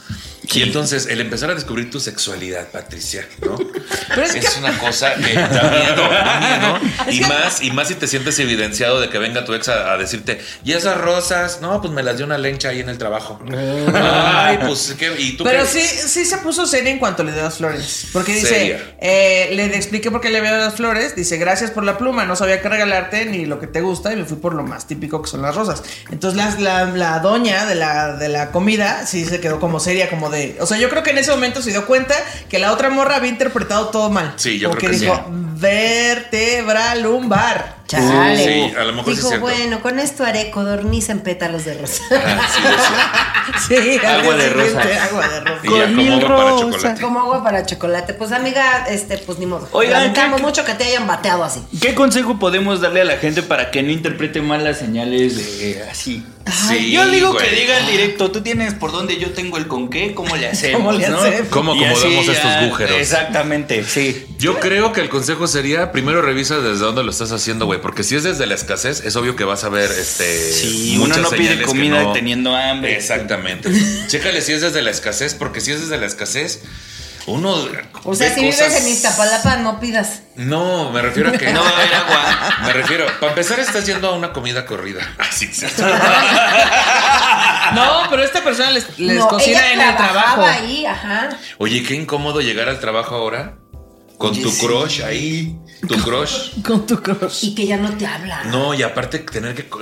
C: Y entonces el empezar a descubrir tu sexualidad, Patricia, ¿no?
A: Pero es
C: es una cosa que da miedo, da miedo. Y más, y más si te sientes evidenciado de que venga tu ex a, a decirte, y esas rosas, no, pues me las dio una lencha ahí en el trabajo. Ay, pues qué, y tú
A: Pero
C: qué?
A: sí, sí se puso seria en cuanto le dio las flores. Porque dice,
C: Seria.
A: eh, le expliqué por qué le había dado las flores. Dice, gracias por la pluma, no sabía qué regalarte ni lo que te gusta. Y me fui por lo más típico que son las rosas. Entonces las- la, la doña de la, de la comida sí se quedó como seria, como de. O sea, yo creo que en ese momento se dio cuenta que la otra morra había interpretado todo mal.
C: Sí, yo
A: Como
C: creo que
A: dijo,
C: sí.
A: vertebra lumbar.
D: Chale.
C: Sí, a lo mejor sí es
D: Dijo,
C: cierto.
D: bueno, con esto haré codorniz en pétalos de rosa.
C: Ah, sí, sí.
A: Sí, al
B: Agua
A: día
B: de rosa.
A: siguiente, Agua de rosa.
C: Y ya como va para chocolate.
D: Como agua para chocolate. Pues amiga, este, pues ni modo.
B: Oigan,
D: Lamentamos
B: ¿qué-
D: mucho que te hayan bateado así.
B: ¿Qué consejo podemos darle a la gente para que no interprete mal las señales de así?
C: Sí,
B: yo digo
C: güey.
B: que digan directo, tú tienes por dónde, yo tengo el con qué, cómo le hacemos.
A: ¿Cómo le
B: ¿no?
A: hacemos?
C: ¿Cómo
B: Y así
C: acomodamos
B: ya,
C: estos agujeros?
B: Exactamente, sí.
C: Yo creo que el consejo sería primero revisa desde dónde lo estás haciendo, güey, porque si es desde la escasez, es obvio que vas a ver este
B: Sí, uno no pide
C: señales que
B: comida
C: no-
B: teniendo hambre.
C: Exactamente. Chécale si es desde la escasez, porque si es desde la escasez, uno
D: O sea,
C: ve
D: si
C: cosas-
D: vives en Iztapalapa, no pidas.
C: No, me refiero a que
B: No va a haber agua.
C: Me refiero, para empezar estás yendo a una comida corrida. Ah, Así es.
A: No, pero esta persona les, les
D: No,
A: cocina
D: ella
A: en el
D: trabajaba
A: trabajo.
D: ahí, ajá.
C: Oye, qué incómodo llegar al trabajo ahora con
B: Oye,
C: tu
B: sí.
C: crush ahí, tu crush.
A: Con tu crush.
D: Y que ya no te habla.
C: No, y aparte tener que co-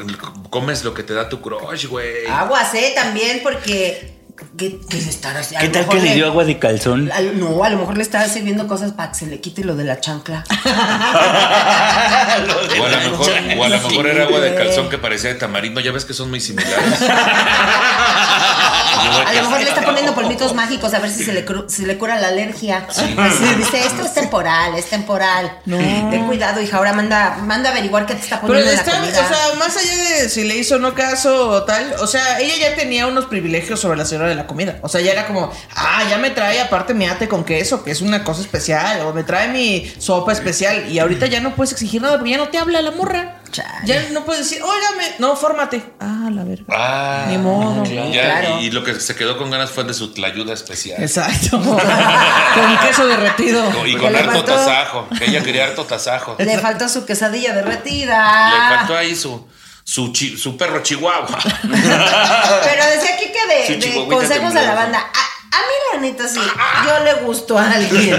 C: comes lo que te da tu crush, güey.
B: Ah,
D: Aguas, eh, también, porque. ¿Qué, qué le estará haciendo?
B: ¿Qué
D: A lo
B: tal
D: mejor
B: que le dio agua de calzón?
D: a lo- no, a lo mejor le estaba sirviendo cosas para que se le quite lo de la chancla.
B: Lo de
C: O a lo
B: la
C: mejor,
B: chancla.
C: o a lo mejor
B: Sí.
C: era agua de
D: güey.
C: calzón que parecía de tamarindo. Ya ves que son muy similares.
D: A lo mejor le está poniendo polvitos mágicos a ver si se le, cru- si le cura la alergia. Sí, dice, esto es temporal, es temporal. Ten cuidado, hija. Ahora manda, manda a averiguar qué te está
A: Pero
D: poniendo en
A: está,
D: la comida.
A: o sea, más allá de si le hizo o no caso o tal, o sea, ella ya tenía unos privilegios sobre la señora de la comida. O sea, ya era como, ah, ya me trae aparte mi ate con queso, que es una cosa especial, o me trae mi sopa especial. Y ahorita ya no puedes exigir nada porque ya no te habla la morra.
D: Chale.
A: Ya no puedes decir, óigame, no, fórmate. Ah, la verga.
C: Ah,
A: Ni modo.
C: ya,
D: Claro.
C: Y, y lo que se quedó con ganas fue de su tlayuda especial.
A: Exacto. con queso derretido.
C: No, Y
D: Porque
C: con
D: le
C: harto
D: faltó-
C: tasajo. Que ella quería harto tasajo. Le
D: Le faltó su quesadilla
C: faltó
D: derretida.
C: ahí su, su, chi- su perro chihuahua.
D: Pero decía aquí
B: Su
D: que de, de
B: chihuahuita
D: consejos a la
B: temblorosa.
D: banda. A, a mí, la neta, sí. Yo le gustó a alguien.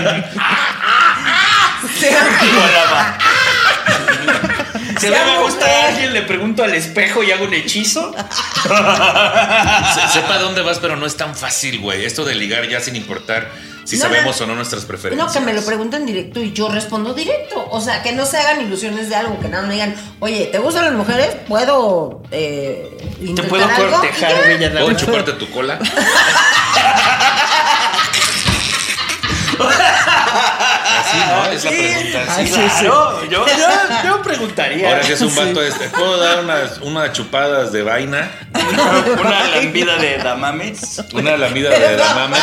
D: Sí.
B: Volaba. Si
D: sea
B: no me gusta a
D: mujer. Ah,
B: alguien, le pregunto al espejo y hago un hechizo.
C: Se- sepa dónde vas, pero no es tan fácil, güey. Esto de ligar ya sin importar si
D: No,
C: sabemos
D: no.
C: o no nuestras
D: No,
C: preferencias.
D: que me lo pregunten directo y yo respondo directo. O sea, que no se hagan ilusiones de algo, que nada, no digan, oye, ¿te gustan las mujeres? ¿Puedo eh,
B: Te
D: intentar
B: puedo
D: algo? Y ya.
B: cortejar, bella
C: ¿Puedo
B: dama.
C: chuparte tu cola? Así, ¿no? Es la pregunta.
B: Ay,
C: sí.
B: claro, yo, yo- yo preguntaría.
C: Ahora que es un vato este, ¿puedo dar unas, unas chupadas de vaina?
B: Una lambida de damames.
C: Una lamida de damames.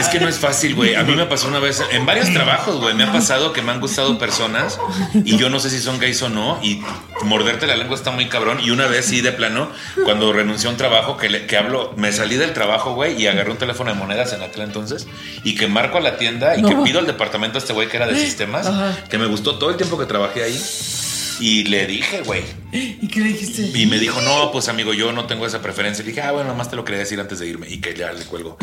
C: Es que no es fácil, güey. A mí me pasó una vez, en varios trabajos, güey, me ha pasado que me han gustado personas y yo no sé si son gays o no y morderte la lengua está muy cabrón. Y una vez sí, de plano, cuando renuncié a un trabajo que, le- que hablo, me salí del trabajo, güey, y agarré un teléfono de monedas en aquel entonces y que marco a la tienda y que pido al departamento a este güey que era de sistemas, que me gustó todo el tiempo que trabajé ahí. Y le dije, güey,
A: ¿Y qué le dijiste?
C: y me dijo, no, pues amigo, yo no tengo esa preferencia. Le dije, ah, bueno, nomás te lo quería decir antes de irme. Y que ya le cuelgo.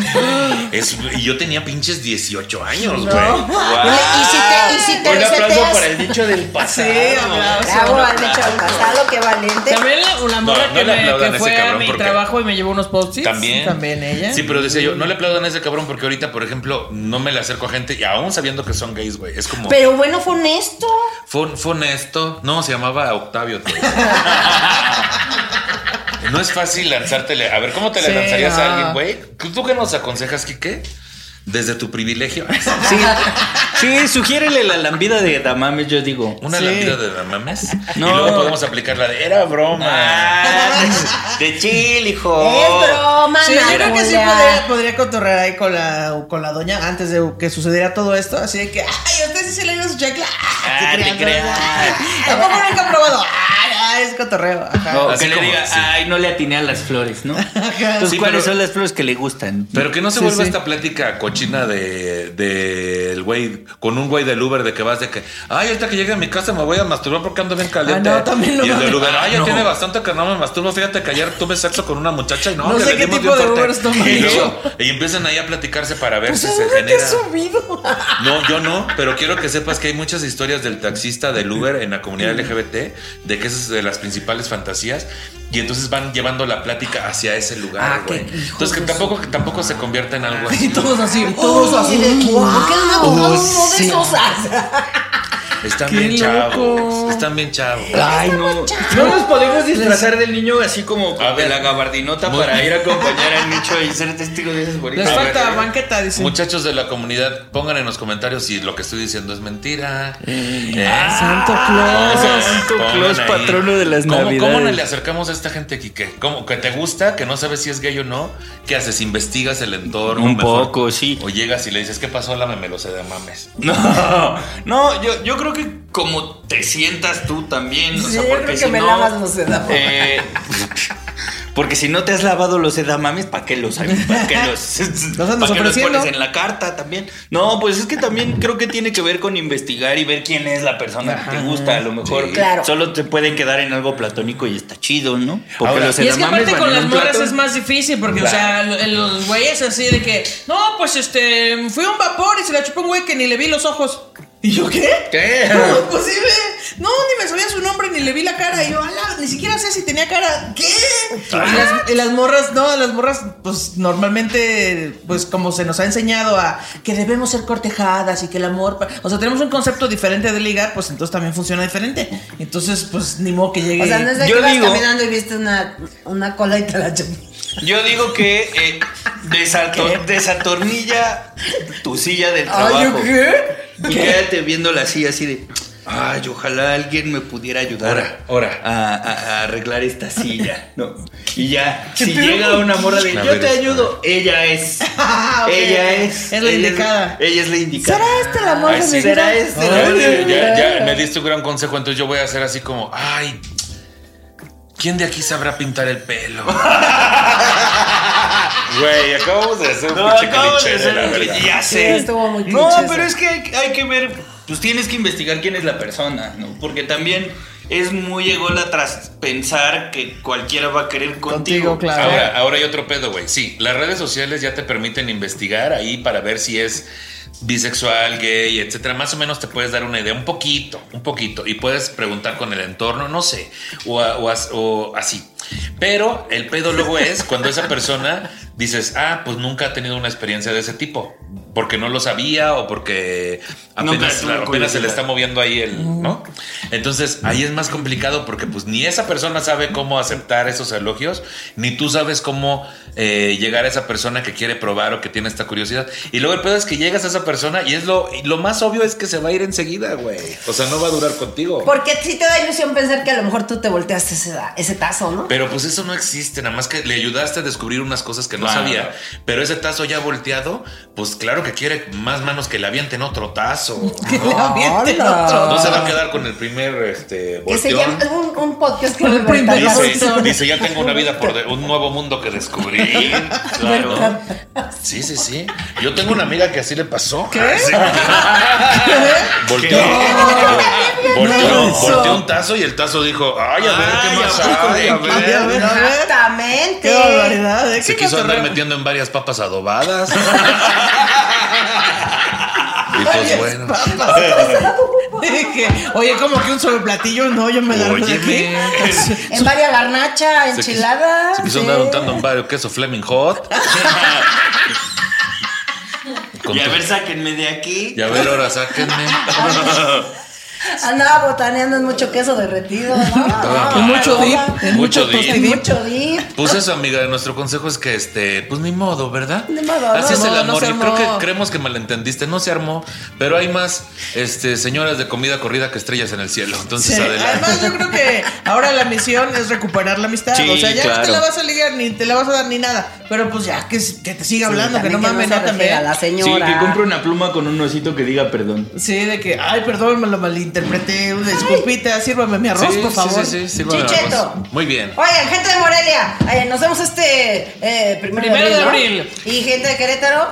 C: Es- y yo tenía pinches 18 años, güey.
D: Oye, Y si te, y si te
B: Un aplauso
D: reseteas-
B: para el dicho del pasado.
A: Sí, aplauso.
D: Bravo, han hecho el pasado, qué valiente.
A: También la- una morra
C: No, no
A: que,
C: le
A: me-
C: aplaudan
A: que
C: a ese
A: fue a
C: cabrón
A: mi
C: porque-
A: trabajo y me llevó unos post-its.
C: También.
A: También ella.
C: Sí, pero decía yo, no le aplaudan a ese cabrón porque ahorita, por ejemplo, no me le acerco a gente y aún sabiendo que son gays, güey. Es como,
D: Pero bueno, fue honesto.
C: fue, fue honesto. No, se llamaba Octavio. tío. no es fácil lanzártele. A ver, ¿cómo te le
A: Sí,
C: lanzarías a
A: no.
C: alguien, güey? ¿Tú tú qué nos aconsejas, Quique? Desde tu privilegio.
B: Sí, sí, sugiérele la lambida de damames, yo digo.
C: Una
A: Sí.
C: lambida de damames.
B: No.
C: Y luego podemos aplicar la de era broma.
B: Ah, de de chill, hijo.
D: Es broma,
A: Sí, yo creo que sí
D: Nahulia.
A: podría, podría cotorrear ahí con la, con la doña antes de que sucediera todo esto. Así de que, ay, a usted sí se le dio su chancla.
B: Ah,
A: Se
B: te
A: crean,
B: creas.
A: ¿no? ¿A poco nunca han probado? Ay, ay, es cotorreo. Ajá.
B: O
C: Así
B: que le
C: como,
B: diga,
C: sí.
B: ay, no le atiné a las flores, ¿no? Entonces,
C: Sí,
B: Pues, ¿cuáles
C: pero-
B: son las flores que le gustan?
C: Pero que no se
A: Sí,
C: vuelva
A: sí.
C: esta plática cochina de del güey con un güey del Uber de que vas de que ay ahorita que llegue a mi casa me voy a masturbar porque ando bien caliente.
A: Ah, no, también lo
C: y el del
A: mames.
C: Uber, ay, ya
B: No.
C: tiene bastante que no me masturbo, fíjate que ayer tuve sexo con una muchacha y no,
A: No
C: hombre,
A: sé
C: le
A: qué
C: dimos
A: tipo
C: bien
A: de
C: fuerte".
A: Ubers toma
C: y,
A: eso.
C: luego- y empiezan ahí a platicarse para ver
A: Pues
C: si se
A: ahora te he
C: genera.
A: subido.
C: No, yo no, pero quiero que sepas que hay muchas historias del taxista del Uber en la comunidad LGBT, de que esa es de las principales fantasías, y entonces van llevando la plática hacia ese lugar,
A: Ah,
C: güey.
A: qué hijos
C: entonces que
A: de
C: tampoco, que tampoco se convierta en algo
A: Y
C: así.
A: todos así, todos así. de,
D: ¿Por qué no me ha tocado uno de
A: sí.
D: esos
C: Están
A: Qué Ah,
C: bien
A: loco.
C: chavos, están bien chavos.
B: Ay, no. No nos podemos disfrazar del niño así como
C: A ver.
B: de la gabardinota
C: Muy-
B: para ir a acompañar al nicho y ser testigo de esas
A: Les
B: bonitas.
C: A ver,
A: falta
C: eh,
A: banqueta, dicen.
C: Muchachos de la comunidad, pongan en los comentarios si lo que estoy diciendo es mentira.
B: Ah,
C: Eh,
A: Santo
C: O sea,
A: Claus.
B: Santo
C: pongan
B: Claus,
C: ahí.
B: patrono de las
C: ¿Cómo,
B: navidades.
C: ¿Cómo le acercamos a esta gente, Quique? ¿Cómo? ¿Que te gusta? ¿Que no sabes si es gay o no? ¿Qué haces? ¿Investigas el entorno?
B: Un
C: mejor?
B: poco, sí.
C: O llegas y le dices, ¿qué pasó? La me lo sé de mames.
B: No, no, yo, yo creo que como te sientas tú también. o
D: Sí,
B: sea,
D: yo
B: porque
D: creo
B: si
D: que me
B: no,
D: lavas los edamames.
B: eh, porque si no te has lavado los edamames, ¿para qué los hay? ¿Para qué los,
A: Los andas
B: pa' qué los
A: ofreciendo.
B: pones en la carta también? No, pues es que también creo que tiene que ver con investigar y ver quién es la persona que te gusta. A lo mejor
D: Sí. Claro.
B: solo te pueden quedar en algo platónico y está chido, ¿no? Porque
C: Ahora-
B: los
A: Y es que
B: edamames
A: aparte
B: van
A: con
B: en
A: las
B: un
A: morras
B: plato.
A: es más difícil porque, o
B: Claro.
A: sea, lo- en los güeyes así de que, no, pues este, fui a un vapor y se la chupó un güey que ni le vi los ojos. ¿Y yo qué?
B: ¿Qué?
A: No, es posible. No, ni me sabía su nombre, ni le vi la cara. Y yo, ala, ni siquiera sé si tenía cara. ¿Qué? Y las, y las morras, no, las morras, pues normalmente, pues como se nos ha enseñado a que debemos ser cortejadas y que el amor. pa- O sea, tenemos un concepto diferente de ligar, pues entonces también funciona diferente. Entonces, pues ni modo que llegue.
D: O sea, no es de
B: Yo
D: que vas
B: digo-
D: caminando y viste una, una cola y te la chupas.
B: Yo digo que eh, desator- desatornilla tu silla del trabajo. Y quédate viéndola así, así de. Ay, ojalá alguien me pudiera ayudar
C: Ora,
B: a-
C: ora.
B: A, a- a arreglar esta silla. No. Y ya, si llega una morra de
C: A
B: yo
C: ver,
B: te
C: espera.
B: ayudo, ella es.
A: Ah, ok.
B: Ella es.
A: Es la
B: ella
A: indicada.
B: ella es la indicada.
D: ¿Será este el amor
B: Ay,
D: de
B: sí,
D: mi
B: ¿Será
D: vida?
B: este?
C: Ya,
B: Ay,
C: ya, ya, me diste un gran consejo, entonces yo voy a hacer así como, ay, ¿quién de aquí sabrá pintar el pelo? Güey, acabamos de hacer un
B: No,
C: pinche
B: acabo de
C: cliché de la
B: ser-
C: verga.
B: Ya
D: Sí,
B: sé.
D: estuvo muy
B: no,
D: cliché
B: pero es
D: eso.
B: que hay, hay que ver, pues tienes que investigar quién es la persona, ¿no? Porque también es muy tras pensar que cualquiera va a querer contigo.
A: Contigo, claro. A ver.
C: Ahora, ahora hay otro pedo, güey. Sí, las redes sociales ya te permiten investigar ahí para ver si es bisexual, gay, etcétera, más o menos te puedes dar una idea, un poquito, un poquito, y puedes preguntar con el entorno, no sé, o, a- o as- o así. Pero el pedo luego es cuando esa persona dices, ah, pues nunca ha tenido una experiencia de ese tipo, porque no lo sabía o porque
B: Nunca
C: apenas,
B: tuvo
C: claro, apenas se
B: curiosidad.
C: le está moviendo ahí el, ¿no? Entonces ahí es más complicado porque pues ni esa persona sabe cómo aceptar esos elogios, ni tú sabes cómo eh, llegar a esa persona que quiere probar o que tiene esta curiosidad. Y luego el pedo es que llegas a esa persona y es lo, y lo más obvio es que se va a ir enseguida, güey. O sea, no va a durar contigo.
D: Porque sí te da ilusión pensar que a lo mejor tú te volteaste ese, ese tazo, ¿no?
C: Pero pues eso no existe, nada más que le ayudaste a descubrir unas cosas que no
B: Claro.
C: sabía. Pero ese tazo ya volteado, pues claro que quiere más manos que le avienten otro tazo.
A: Le avienten otro.
C: No se va a quedar con el primer este,
D: Que se
C: volteón.
D: llama un, un podcast que
A: Con el
D: me
A: primer
D: encanta.
C: Dice, dice, ya tengo una vida por de- un nuevo mundo que descubrí.
B: Claro.
C: Sí, sí, sí. Yo tengo una amiga que así le pasó.
A: ¿Qué?
C: Sí. Volteó, Ah.
A: ¿Qué?
C: volteó,
A: No.
C: volteó un tazo y el tazo dijo, ay, a ver
B: Ay,
C: qué más
B: ¿a poco
C: hay,
B: de
C: a
B: aquí?
C: ver".
A: A ver.
D: Exactamente.
A: Qué barbaridad. ¿eh?
C: Se
A: Qué
C: quiso andar
A: cotorreo.
C: metiendo en varias papas adobadas. y pues
A: Varias
C: bueno.
A: papas. Dije, Oye, como que un sobre platillo, no, yo me la de aquí.
C: Óyeme.
D: En varias garnacha,
C: Se quiso-
D: enchilada.
C: Se quiso andar untando en varios queso Fleming Hot. Con
B: Y a
C: tu-
B: ver, sáquenme de aquí.
C: y a ver, ahora sáquenme.
D: Andaba botaneando en mucho queso derretido.
C: Estaba-
D: ¿no?
A: En mucho dip, en
C: Mucho
A: mucho,
C: dip.
D: En
A: tostidip.
D: mucho dip.
C: Pues eso, amiga, nuestro consejo es que este, pues ni modo, ¿verdad?
D: Ni modo,
C: Así
D: no,
C: es el
A: no, no
C: amor.
A: se
C: y
A: armó.
C: creo que creemos que malentendiste, no se armó, pero hay más este, señoras de comida corrida que estrellas en el cielo. Entonces,
A: Sí,
C: adelante.
A: Además, yo creo que ahora la misión es recuperar la amistad.
B: Sí,
A: o sea, ya no te
B: claro.
A: la vas a ligar ni te la vas a dar ni nada. Pero pues ya, que, que te siga hablando, que no mames, ¿eh? no
D: A la
A: también.
D: señora.
B: Sí, que compre una pluma con un osito que diga perdón.
A: Sí, de que, ay, perdón, me lo malinterpreté. Una disculpita, sírvame mi arroz,
C: Sí,
A: por
C: sí,
A: favor.
C: sí, sí, sí, bueno,
D: Chicheto.
C: pues, Muy bien.
D: Oigan, gente de Morelia, eh, nos vemos este eh, primero,
A: Primero de
D: ¿no?
A: abril.
D: Y gente de Querétaro,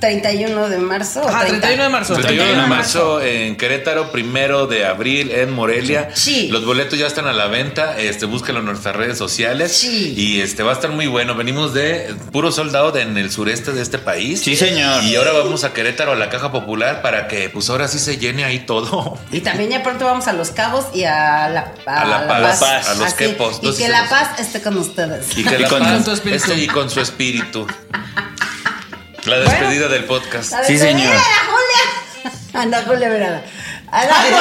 D: 31 de marzo.
A: Ajá, 31 de marzo.
C: 31 de
B: 31 de
C: marzo en Querétaro, primero de abril en Morelia.
D: Sí.
C: Los boletos ya están a la venta. Este, búsquenlo en nuestras redes sociales.
D: Sí.
C: Y este va a estar muy bueno. Venimos de puro soldado en el sureste de este país.
B: Sí, señor.
C: Y ahora vamos a Querétaro a la Caja Popular para que pues ahora sí se llene ahí todo.
D: Y también ya pronto vamos a Los Cabos y a La,
C: A La Paz, a Los
D: Así,
C: Quepos,
D: Y
C: dos y
D: que La
C: ceros.
D: Paz esté con ustedes.
C: Y que
B: Y
C: la
B: con
C: paz
A: su espíritu.
C: esté ahí con su espíritu. La despedida del podcast.
D: A ver,
B: Sí,
D: se
B: señor.
D: mira la Julia! Anda, Julia, verada. Anda, Julia.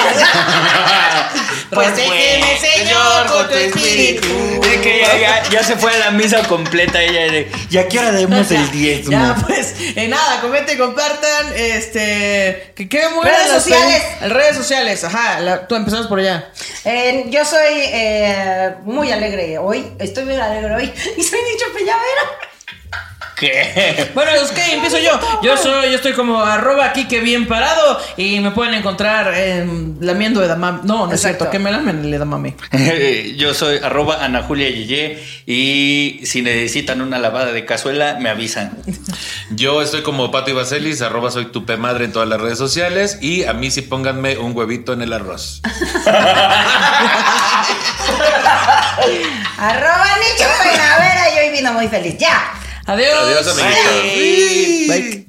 A: Pues
B: déjeme,
A: déjeme, señor, con tu espíritu.
B: De que ya, ya- ya se fue a la misa completa ella de, ¿y a qué hora debemos el diezmo?
A: Ya, pues, eh, nada, comenten, compartan, este, que queden muy
D: Redes
A: bien las
D: sociales.
A: pe- Redes sociales, ajá, la- tú empezamos por allá.
D: Eh, yo soy eh, muy alegre hoy. Estoy muy alegre hoy. Y soy Nicho Pellavera.
B: ¿Qué?
A: Bueno, pues, ¿qué? Empiezo yo. Yo soy, yo estoy como arroba aquí que bien parado y me pueden encontrar en lamiendo edamame. No, no es
D: Exacto.
A: cierto, que me lamen el edamame.
B: Yo soy arroba Ana Julia Yeye y si necesitan una lavada de cazuela, me avisan.
C: Yo estoy como Pato Ibacelis, arroba soy tu madre en todas las redes sociales. Y a mí sí pónganme un huevito en el arroz.
D: Arroba Nicho Pellavera. Y hoy vino muy feliz. Ya.
A: Adiós.
C: Adiós, amiguitos.
A: Bye. Bye.